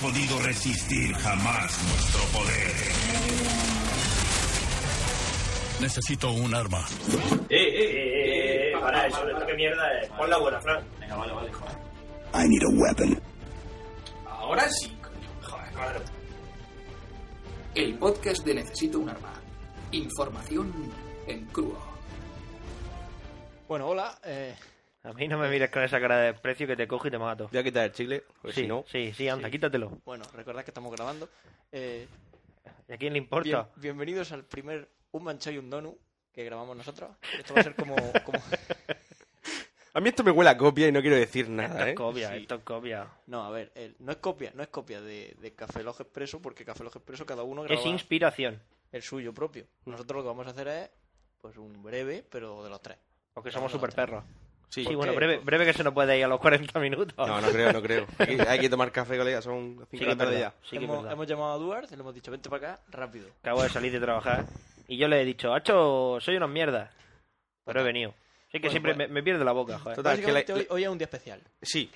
podido resistir jamás nuestro poder. Necesito un arma. Eh, eh, eh, eh, para eso, esta que mierda es. Pon la buena, Fran. Venga, vale, vale, joder. I need a weapon. Ahora sí, coño. Joder, claro. El podcast de Necesito un arma. Información en crudo. Bueno, hola. eh, A mí no me mires con esa cara de desprecio que te cojo y te mato. Voy a quitar el chicle, porque sí, pues si no. sí, sí, anda, quítatelo. bueno, recordad que estamos grabando. Eh, ¿Y a quién le bien- importa? bienvenidos al primer Un Manchao y un Donu que grabamos nosotros. Esto va a ser como... como- A mí esto me huele a copia y no quiero decir nada, Esto ¿eh? es copia, Sí. esto es copia. No, a ver, eh, no es copia, no es copia de, de Café Log Expreso, porque Café Log Expreso cada uno Es graba inspiración, el suyo propio. Nosotros lo que vamos a hacer es pues un breve, pero de los tres. porque No, somos no, no. super perros. Sí. Sí, bueno, qué? breve, breve que se nos puede ir a los 40 minutos. No, no creo, no creo. Hay que, hay que tomar café, colega, son las Sí que 5 de la es tarde verdad, ya. sí que es hemos, verdad. hemos llamado a Duarte, le hemos dicho, vente para acá, rápido. Acabo de salir de trabajar y yo le he dicho, Hacho, soy unas mierdas. Pero he venido. Sí que Bueno, siempre pues- me, me pierde la boca, joder. Total, que la- Básicamente hoy, hoy es un día especial. Sí.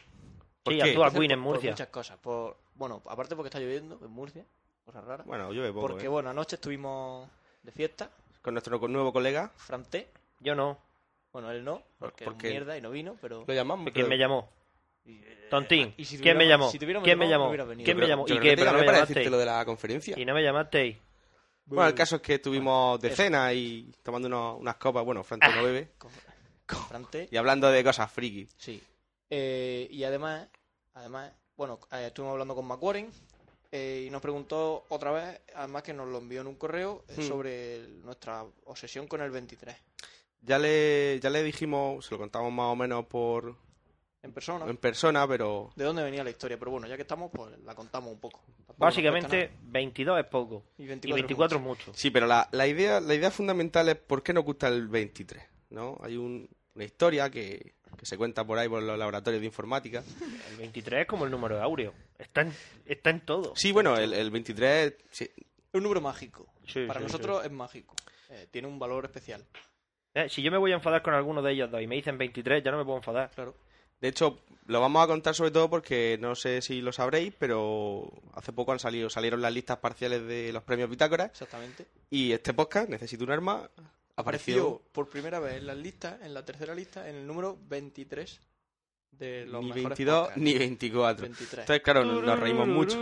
¿Por Sí, qué? actúa Entonces, Queen en por- por Murcia. muchas cosas. Por, bueno, aparte porque está lloviendo en Murcia, cosas raras. Bueno, llueve poco, porque, ¿eh? bueno, anoche estuvimos de fiesta, Con nuestro co- nuevo colega. Fran T. Yo no. Bueno, él no, porque, es porque- mierda y no vino, pero... eh, Lo llamamos. ¿Quién creo. me llamó? Tontín. y si ¿Quién me tuviéramos- llamó? si tuviéramos ¿Quién me llamado, no llamó? hubiera venido. ¿Quién me Creo- llamó? yo ¿Y creo qué? te Pero no llamé me para decirte lo llamasteis. de la conferencia. Y no me llamasteis. Bueno, el caso es que estuvimos de cena y tomando unos- unas copas. Bueno, Fran no bebe. Con, con Fran T. Y hablando de cosas friki. Sí. Eh, y además, además, bueno, eh, estuvimos hablando con McWarren eh, y nos preguntó otra vez, además que nos lo envió en un correo, eh, Hmm. sobre el- nuestra obsesión con el 23. Ya le, ya le dijimos, se lo contamos más o menos por En persona. en persona, pero ¿De dónde venía la historia? Pero bueno, ya que estamos, pues la contamos un poco. Tampoco nos cuesta Básicamente, nada. 22 es poco. Y Y 24, 24 es mucho. Sí, pero la, la idea, la idea fundamental es por qué nos gusta el 23, ¿no? Hay un- una historia que, que se cuenta por ahí por los laboratorios de informática. El 23 es como el número áureo. Está en, está en todo. Sí, bueno, el, el 23, sí, Es un número mágico. Sí, Para sí, nosotros es mágico. Eh, tiene un valor especial. Eh, Si yo me voy a enfadar con alguno de ellos dos y me dicen 23, ya no me puedo enfadar. Claro. de hecho, lo vamos a contar sobre todo porque no sé si lo sabréis, pero hace poco han salido, salieron las listas parciales de los premios Bitácora Exactamente. y este podcast, Necesito un arma, Apareció apareció por primera vez en las listas, en la tercera lista, en el número 23 de los ni mejores 22 podcasts. ni 24. 23. Entonces, claro, nos, nos reímos mucho.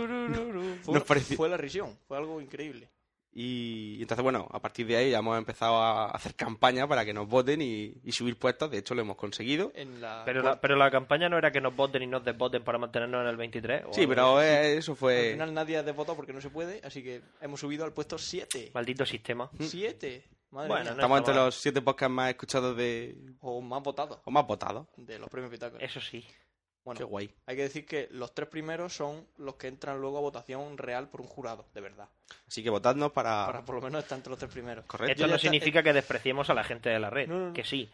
Fue, Nos pareció- fue la risión, fue algo increíble. Y y entonces, bueno, a partir de ahí ya hemos empezado a hacer campaña para que nos voten y, y subir puestos. De hecho, lo hemos conseguido. En la, Pero la, pero la campaña no era que nos voten y nos desvoten para mantenernos en el Oh, 23. o Sí, algo pero así. eh, eso al fue... final nadie ha desvotado porque no se puede, así que hemos subido al puesto 7. Maldito sistema. Mm. 7. Madre Bueno, mía. no- Estamos entre estaba- los siete podcasts más escuchados de... O más votados o más votados. de los premios Pitágoras. Eso sí. Bueno, Qué guay. hay que decir que los tres primeros son los que entran luego a votación real por un jurado, de verdad. Así que votadnos para... Para por lo menos estar entre los tres primeros. Ah. Correcto. Esto ya no está- eh. significa que despreciemos a la gente de la red. No, no, no. Que sí.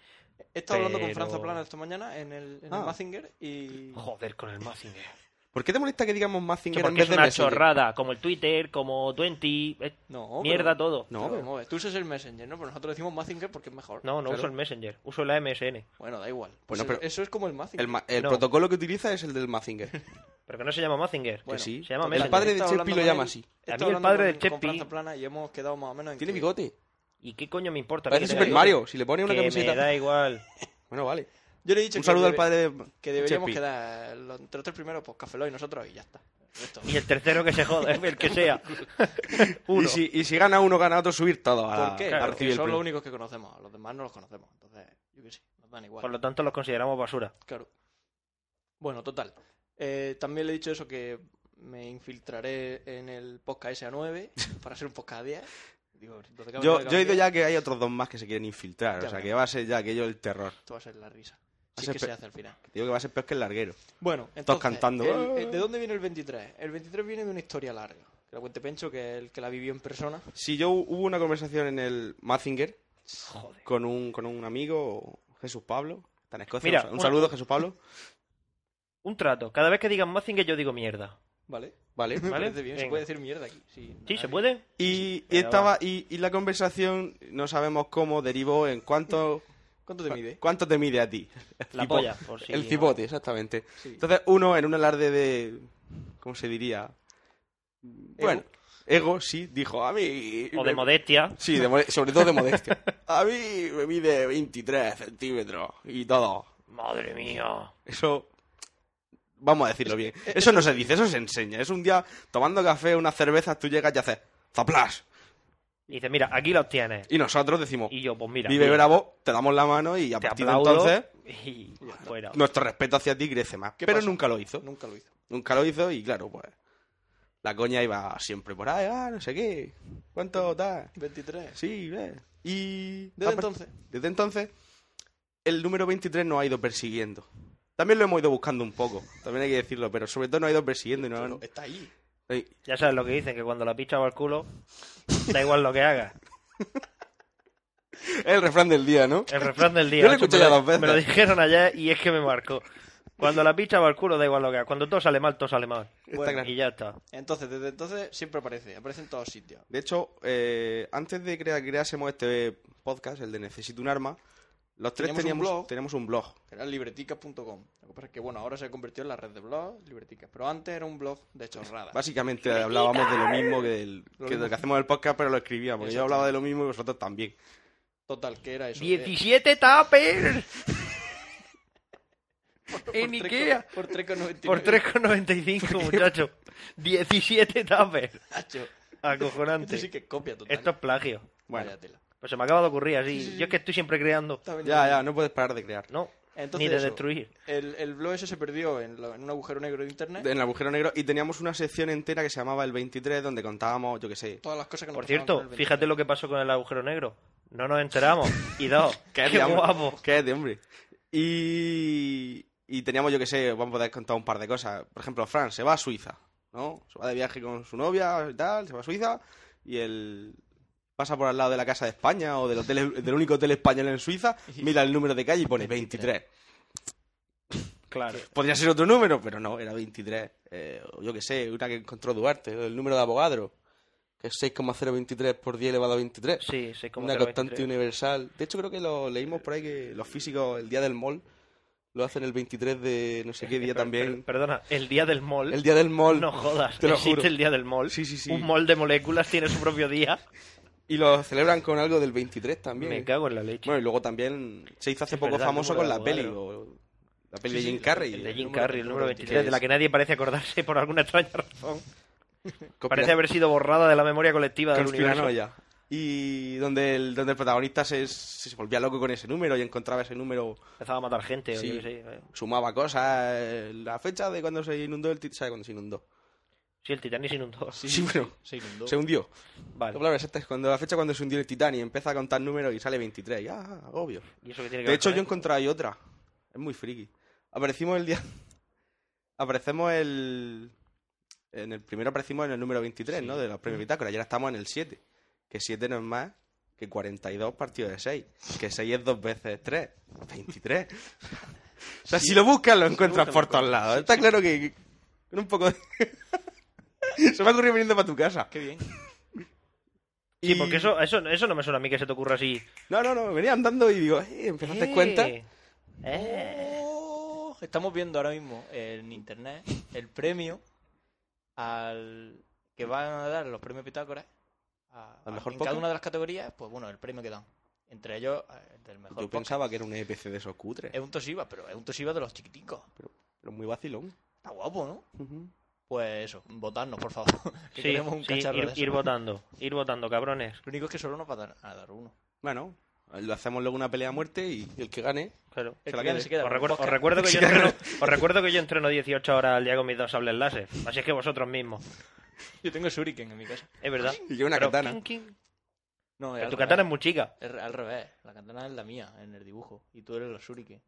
He estado hablando con Pero- Franza Plana esta mañana en el, en el Ah. Mazinger y... Joder, con el Mazinger. ¿Por qué te molesta que digamos Mazinger en Porque vez es de una Messenger? chorrada. Como el Twitter, como Twenty. eh, No, mierda pero- todo. No, pero pero- vamos a ver, Tú usas el Messenger, ¿no? Pero nosotros decimos Mazinger porque es mejor. No, no Claro. uso el Messenger. Uso la MSN. Bueno, da igual. Bueno, Eso- pero- Eso es como el Mazinger. El, ma- el No. protocolo que utiliza es el del Mazinger. Pero que no se llama Mazinger. Bueno, que sí. se llama El Messenger. padre de Estaba Chepi hablando lo con llama él- así. estaba A mí el hablando padre con- del Chepi- con Franza Plana y hemos quedado más o menos en Tiene que- bigote. ¿Y qué coño me importa? Parece Que Super me- Mario. Si le pone una que me camiseta... da igual. Bueno, vale. Yo le he dicho Un que saludo al debe- padre de Que deberíamos Chepi. quedar los- entre los tres primeros, pues Café Lock y nosotros y ya está. El resto- Y el tercero que se joda, el que sea. Y si, y si gana uno, gana otro, subir todo. a la- ¿Por qué? a recibir Porque Ah, el son premio. los únicos que conocemos, a los demás no los conocemos. Entonces, yo qué sé, nos dan igual. Por lo tanto, los consideramos basura. Claro. Bueno, total. Eh, también le he dicho eso que me infiltraré en el podcast SA9 para ser un podcast a 10. Digo, entonces, ¿qué Yo, habrá que yo he oído cambiar? ya que hay otros dos más que se quieren Ya infiltrar. o sea, verás. que va a ser ya aquello el terror. Esto va a ser la risa. a Así ser que pe- se hace al final. Digo que va a ser peor que el larguero. Bueno, entonces, cantando. el- el- ¿De dónde viene el 23? El 23 viene de una historia larga. Que la cuente Pencho, que es el que la vivió en persona. Si yo hubo una conversación en el Mazinger con un, con un amigo, Jesús Pablo, que está en Escocia. Mira, un, una- saludo, Jesús Pablo. Un trato. Cada vez que digan Mazinger, yo digo mierda. ¿Vale? Vale. Me ¿Vale? parece bien, se Venga. puede decir mierda aquí. Sí, ¿Sí? ¿Se nadie- puede? Y, y Venga, estaba, va. y, y la conversación, no sabemos cómo, derivó en cuánto, ¿Cuánto te mide? cuánto te mide a ti. La Cipo- polla, por si- El cipote, exactamente. Sí. Entonces, uno en un alarde de. ¿Cómo se diría? Bueno, ego, sí, dijo a mí. O de me- modestia. Sí, de mode- sobre todo de modestia. A mí me mide 23 centímetros y todo. Madre mía. Eso. Vamos a decirlo bien. Eso no se dice, eso se enseña. Es un día tomando café, unas cervezas, tú llegas y haces ¡Zaplas! Y dice, mira, aquí los tienes. Y nosotros decimos Y yo, pues mira. Vive mira, Bravo, te damos la mano y a Te partir de aplaudo. entonces Y fuera. nuestro respeto hacia ti crece más. ¿Qué Pero pasó? nunca lo hizo. Nunca lo hizo. Nunca lo hizo y claro, pues. La coña iba siempre por ahí, ah, no sé qué. ¿Cuánto tal? 23. Sí, ve. Y. Desde a par- entonces. Desde entonces, el número 23 nos ha ido persiguiendo. También lo hemos ido buscando un poco, también hay que decirlo, pero sobre todo nos ha ido persiguiendo y no. Pero está ahí. Ey, Ya sabes lo que dicen, que cuando la picha va al culo, da igual lo que hagas. Es el refrán del día, ¿no? El refrán del día. Yo lo he macho, escuchado me ya dos veces. Me lo dijeron ayer y es que me marcó. Cuando la picha va al culo, da igual lo que hagas. Cuando todo sale mal, todo sale mal. Está claro. Y ya está. Entonces, desde entonces siempre aparece. Aparece en todos sitios. De hecho, eh, antes de crear, creásemos este podcast, el de Necesito un arma, los tres Teníamos un teníamos, blog. teníamos un blog. que era libreticas.com. Lo que pasa es que, bueno, ahora se ha convertido en la red de blogs, libreticas. Pero antes era un blog de chorradas. Básicamente hablábamos de lo mismo que, del- que de lo que hacemos en el podcast, pero lo escribíamos. Yo hablaba de lo mismo y vosotros también. Total, que era eso. eh, ¡17 tapers! en por Ikea. tres- Por 3,99. Por 3,95, muchacho. 17 tapers. Nacho, Acojonante. Esto sí que es copia total. Esto es plagio. Bueno, Vaya tela. Pues se me acaba de ocurrir así. Yo es que estoy siempre creando. Está venido. ya, ya, no puedes parar de crear. No. Entonces ni de eso, pues destruir. El, el blog ese se perdió en, la- en un agujero negro de internet. En el agujero negro, y teníamos una sección entera que se llamaba El 23, donde contábamos, yo qué sé, Todas las cosas que nos Por pasaban con cierto, el 23. fíjate lo que pasó con el agujero negro. No nos enteramos. Y dos. ¡Qué, de hombre. guapo! Qué de hombre. Y, y teníamos, yo que sé, vamos a poder contar un par de cosas. Por ejemplo, Fran se va a Suiza, ¿no? Se va de viaje con su novia y tal, se va a Suiza y él pasa por al lado de la Casa de España o del, hotel- del único hotel español en Suiza, mira el número de calle y pone 23. Claro. Podría ser otro número, pero no, era 23. Eh, o yo que sé, una que encontró Duarte, el número de Avogadro, que es 6,023 por 10 elevado a 23. Sí, 6,023. Una constante universal. De hecho, creo que lo leímos por ahí que los físicos, el día del mol, lo hacen el 23 de no sé qué Per- día per- también. perdona, el día del mol. El día del mol. No jodas, Te lo existe juro. el día del mol. Sí, sí, sí. Un mol de moléculas tiene su propio día. Y lo celebran con algo del 23 también. Me cago en la leche. Bueno, y luego también se hizo hace Es poco verdad, el famoso número con de la peli. Avogadro. o- la peli Sí, de sí, Jim el- Carrey. el de Jim número- Carrey, el número 23, de la es- que nadie parece acordarse por alguna extraña razón. Copia- Parece haber sido borrada de la memoria colectiva del universo. Conspiranoia. Y donde el, donde el protagonista se, se volvía loco con ese número y encontraba ese número, Empezaba a matar gente, o Sí. yo qué sé. eh. sumaba cosas, eh, la fecha de cuando se inundó el... tit- ¿Sabe cuando se inundó? Sí, el Titanic inundó. Sí, bueno, Se inundó. se hundió. La Vale. palabra exacta es cuando la fecha cuando se hundió el Titanic, empieza a contar números y sale Ah, 23. Ya, agobio. ¿Y eso qué tiene que De ver hecho, con esto? yo encontré ahí otra. Es muy friki. Aparecimos el día. Aparecemos el. En el primero aparecimos en el número 23, ¿no? De los premios Bitácora. Y ahora estamos en el 7. Que 7 no es más que 42 partidos de 6. Que 6 es 2 veces 3. 23. o sea, si lo buscas, lo encuentras por todos lados. Está claro que. Con un poco de. Se me ha ocurrido viniendo para tu casa. Qué bien. Sí, porque eso, eso, eso no me suena a mí que se te ocurra así. No, no, no. Venía andando y digo, eh, ¿empezaste Eh, cuenta? eh. Oh, estamos viendo ahora mismo en internet el premio al que van a dar los premios Pitágoras a, Al mejor en podcast. cada una de las categorías, pues bueno, el premio que dan. Entre ellos, eh, el del mejor Yo podcast. pensaba que era un EPC de esos cutres. Es un Toshiba, pero es un Toshiba de los chiquiticos. Pero muy vacilón. Está guapo, ¿no? Pues eso, votadnos, por favor. Sí, que queremos un sí, cacharro ir, de eso. ir votando. Ir votando, cabrones. Lo único es que solo nos va a dar, a dar uno. Bueno, lo hacemos luego una pelea a muerte y el que gane. Claro. El la que gane quede. se queda Os con el recuerdo, os podcast. recuerdo que yo Sí, entreno, claro. os recuerdo que yo entreno 18 horas al día con mis dos sables láser. Así es que vosotros mismos. Yo tengo Shuriken en mi casa. Es verdad. Y yo una Pero, katana. quin, quin. No, Pero al tu revés. katana es muy chica. Es re- al revés. La katana es la mía en el dibujo. Y tú eres los Shuriken.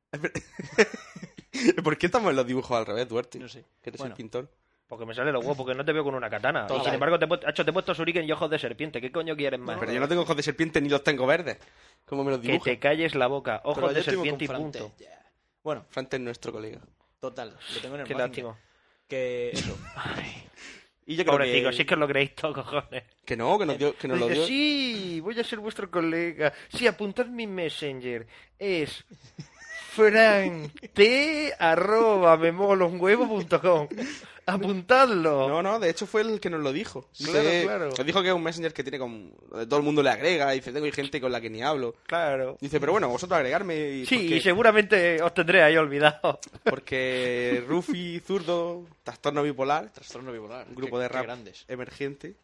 ¿Por qué estamos en los dibujos al revés, Duarte? No sé. Que eres Bueno. el pintor. Porque me sale los huevos, porque no te veo con una katana. Y Total. sin embargo, te he, puesto, Hacho, te he puesto shuriken y ojos de serpiente. ¿Qué coño quieres más? Pero yo no tengo ojos de serpiente ni los tengo verdes. ¿Cómo me los que dibujo? te calles la boca. Ojos Pero de yo tengo serpiente y con punto. Frante, ya. Bueno, Frante es nuestro colega. total. Lo tengo en el Qué Mazinger. lástima. Que eso. Y yo creo Pobrecito, que... si es que os lo creéis todos, cojones. que no, que nos, dio, que nos lo Dice, dio. sí, voy a ser vuestro colega. Sí, apuntad mi messenger. Es T arroba memolonhuevo.com. Apuntadlo. No, no, de hecho fue el que nos lo dijo. Claro, claro. Nos dijo que es un messenger que tiene con... Todo el mundo le agrega, dice, tengo gente con la que ni hablo. Claro. Dice, pero bueno, vosotros agregarme. Y Sí, porque, y seguramente os tendré ahí olvidado. porque Rufi, zurdo, trastorno bipolar, Trastorno bipolar. un grupo Qué- de qué rap grandes. emergente,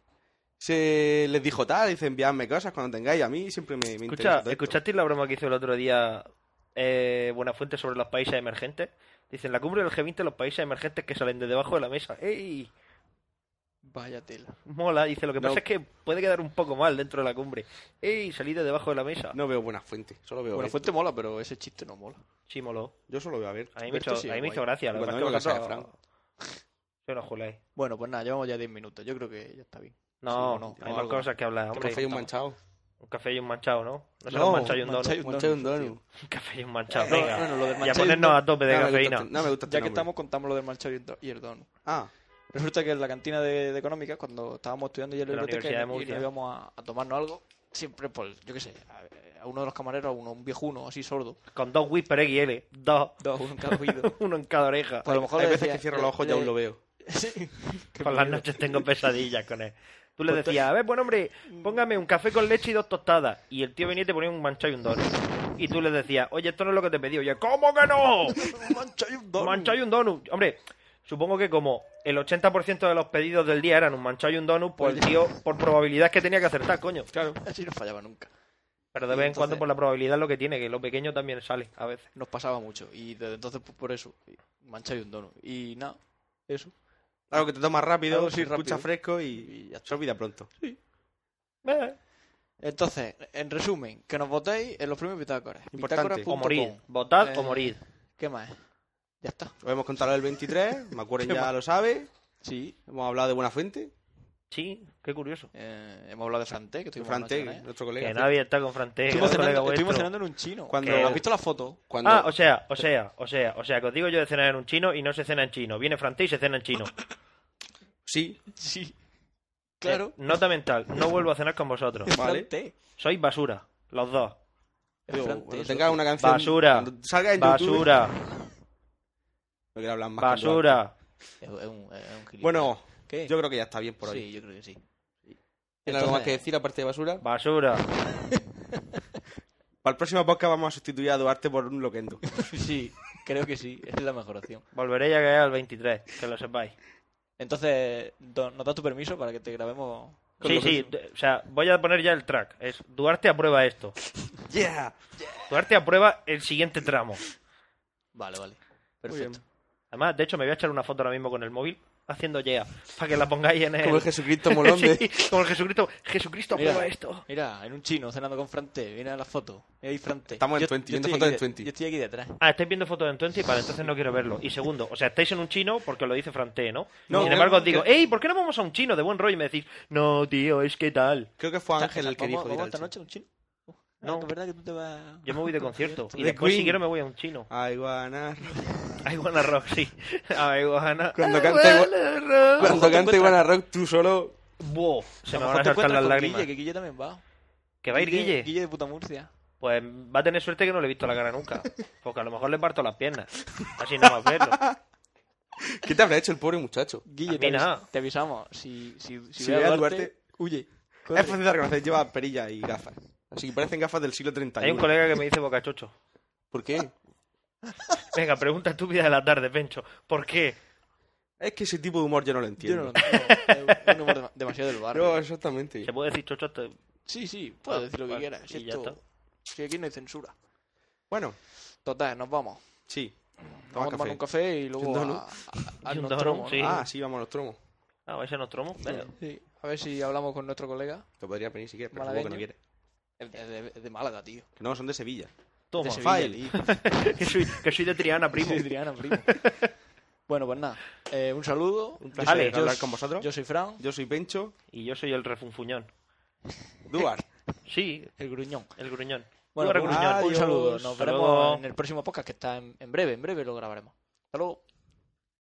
se les dijo tal, dice, enviadme cosas cuando tengáis. A mí siempre me, me interesa Escucha, todo esto. ¿Escuchasteis la broma que hizo el otro día eh, Buenafuente sobre los países emergentes? Dicen, la cumbre del G20, los países emergentes que salen de debajo de la mesa. ¡Ey! Vaya tela. Mola, dice, lo que No. pasa es que puede quedar un poco mal dentro de la cumbre. ¡Ey! Salid de debajo de la mesa. No veo buena fuente, solo veo. Bueno, esto. fuente mola, pero ese chiste no mola. Sí, moló. Yo solo veo a ver. A mí me, Esto hizo, sí a es mí me guay. hizo gracia. Lo que Cuando pasa es que vengo a casa de vosotros- Yo no juláis. Bueno, pues nada, llevamos ya 10 minutos. Yo creo que ya está bien. No, Sí, no, hay no, más algo. cosas que hablar, Te hombre. café y un Estamos- manchado. Un café y un manchado, ¿no? No, será No, un manchado y un donut. manchado y Un un Manchado y un donut, donut. café y un manchado, Eh, venga. bueno, lo del y a manchado y un ponernos donut- a tope de no, me gusta cafeína. este- no me gusta este Ya que nombre. estamos, contamos lo del manchado y el do- y el don. Ah, Resulta que en la cantina de, de económica, cuando estábamos estudiando ya en la De la biblioteca Universidad de y, y Murcia. nos íbamos a, a tomarnos algo, siempre, pues, yo qué sé, a, a uno de los camareros, a uno, un viejuno así sordo, Con dos Whisper XL. Dos. dos, uno en cada oído. Uno en cada oreja. Pues a lo mejor eh, hay le veces decía- que cierro le- los ojos y le- aún lo veo. Sí. Qué Por las miedo. Pues noches tengo pesadillas con él. Tú le decías, a ver, buen hombre, Mm. póngame un café con leche y dos tostadas. Y el tío venía y te ponía un manchado y un donut. Y tú le decías, oye, esto no es lo que te pedí. Oye, ¿cómo que no? Un manchado y un donut. Manchado y un donut. Hombre, supongo que como el 80% de los pedidos del día eran un manchado y un donut, pues el tío, por probabilidad, es que tenía que acertar, coño. Claro. Así no fallaba nunca. Pero de Y vez en entonces- cuando, por la probabilidad, es lo que tiene, que lo pequeño también sale a veces. Nos pasaba mucho. Y desde entonces, pues, por eso, manchado y un dono. Y nada, eso. Algo que te tomas rápido, Algo así se escucha rápido. fresco Y y ya está. se olvida pronto. Eh, Entonces, en resumen, que nos votéis en los premios Bitácoras. Importante. Bitácoras punto o com. morir. Votad o Eh, morir. ¿Qué más? Ya está. Lo hemos contado el 23, Macuren Qué ya mal. lo sabe. Sí. Hemos hablado de Buena Fuente, Sí, qué curioso. eh, hemos hablado de Frante, que de estuvimos Frante, anoche con él. nuestro Que colega. nadie está con Frantega. Estuvimos Eh, colega cenando, vuestro. estuvimos cenando en un chino. Cuando- ¿Has visto la foto? Cuando Ah, o sea, o sea, o sea, o sea, que os digo yo de cenar en un chino y no se cena en chino. Viene Frante y se cena en chino. sí, Sí. Claro. Eh, nota mental, no vuelvo a cenar con vosotros. vale. Frante. Sois basura, los dos. El Digo, Frante, cuando eso. tengas una canción Basura, cuando salga en YouTube, basura, no quiero hablar más con Duarte. basura. Es, es un, es un gilipollas. Bueno, ¿Qué? yo creo que ya está bien por hoy. Sí, yo creo que sí. ¿Tiene algo más Entonces- que decir aparte de basura? Basura. Para el próximo podcast vamos a sustituir a Duarte por un loquendo. Sí, creo que sí. Es la mejor opción. Volveré a caer al 23, que lo sepáis. Entonces, do- ¿nos das tu permiso para que te grabemos? con Sí, lo que- sí, d- o sea, voy a poner ya el track. Es Duarte aprueba esto. ¡Yeah! Duarte aprueba el siguiente tramo. Vale, vale. Muy bien. Perfecto. Además, de hecho, me voy a echar una foto ahora mismo con el móvil haciendo yeah para que la pongáis en el. Como el Jesucristo Molonde. Sí, como el Jesucristo. Jesucristo aprueba esto. mira, en un chino cenando con Frante. Mira la foto. Mira ahí Frante. Estamos en 20, yo viendo estoy fotos aquí en de- 20. Yo estoy aquí detrás. Ah, estáis viendo fotos en Twenty, vale, entonces no quiero verlo. Y segundo, o sea, estáis en un chino porque lo dice Frante, ¿no? No, Sin embargo, os creo- digo, hey, ¿por qué no vamos a un chino de buen rollo? Y me decís, no, tío, es que tal. Creo que fue Ángel el que ¿Vamos- dijo de ir ¿Vamos al esta chino. noche a un chino? No. No, es verdad que tú te vas... Yo me voy de concierto. Y De después, si Queen. quiero, me voy a un chino. Ay, guana. Ay, Guana Rock, sí. Ay, Guana. Cuando Ay, cante Igua- Guana Rock. Cuando cante encuentras- Iguana Rock, tú solo. Buah, se A me lo van a mejor te saltar encuentras las con lágrimas. Guille, que Guille también va. ¿Que va a ir Guille? Guille de puta Murcia. Pues va a tener suerte que no le he visto la cara nunca. Porque a lo mejor le parto las piernas. Así no va a verlo. ¿Qué te habrá hecho el pobre muchacho? Guille, A te, mí avis- nada. te avisamos. Si, si, si, Si ve ve a a Duarte, Duarte, huye. Corre. Es fácil de reconocer, lleva perilla y gafas. Así que parecen gafas del siglo XXI. Hay un colega que me dice bocachocho. ¿Por qué? Venga, pregunta estúpida de la tarde, Pencho. ¿por qué? Es que ese tipo de humor yo no lo Yo no lo entiendo. entiendo. Es un humor dema- demasiado del barrio. No, exactamente. ¿Se puede decir chocho? hasta- Sí, sí, puedes Ah, decir lo que vale, quieras. Si y ya esto- está. si aquí no hay censura. Bueno, Total, nos vamos. sí. Toma Vamos a tomar café. un café y luego Y un a, donut. a- a- Y un nos donut, tomamos, sí. ¿no? Ah, sí, vamos a los tromos. Ah, vais a Nostromo. Venga. Sí. A ver si hablamos con nuestro colega. Te podría venir si quieres, pero supongo que no Malagueño. quieres. Es de, de- de Málaga, tío. Que No, son de Sevilla. Toma. de Sevilla, file. tío. que, soy, que soy de Triana, primo. Sí, Triana, primo. bueno, pues nada. Eh, un saludo. Un placer hablar con vosotros. Yo soy Fran, Yo soy Pencho Y yo soy el refunfuñón. Duarte. Sí, el gruñón. el gruñón. Bueno, Tú eres pues, gruñón. un Adiós. saludo. Nos Hasta veremos luego. en el próximo podcast que está en, en breve. En breve lo grabaremos. Hasta luego.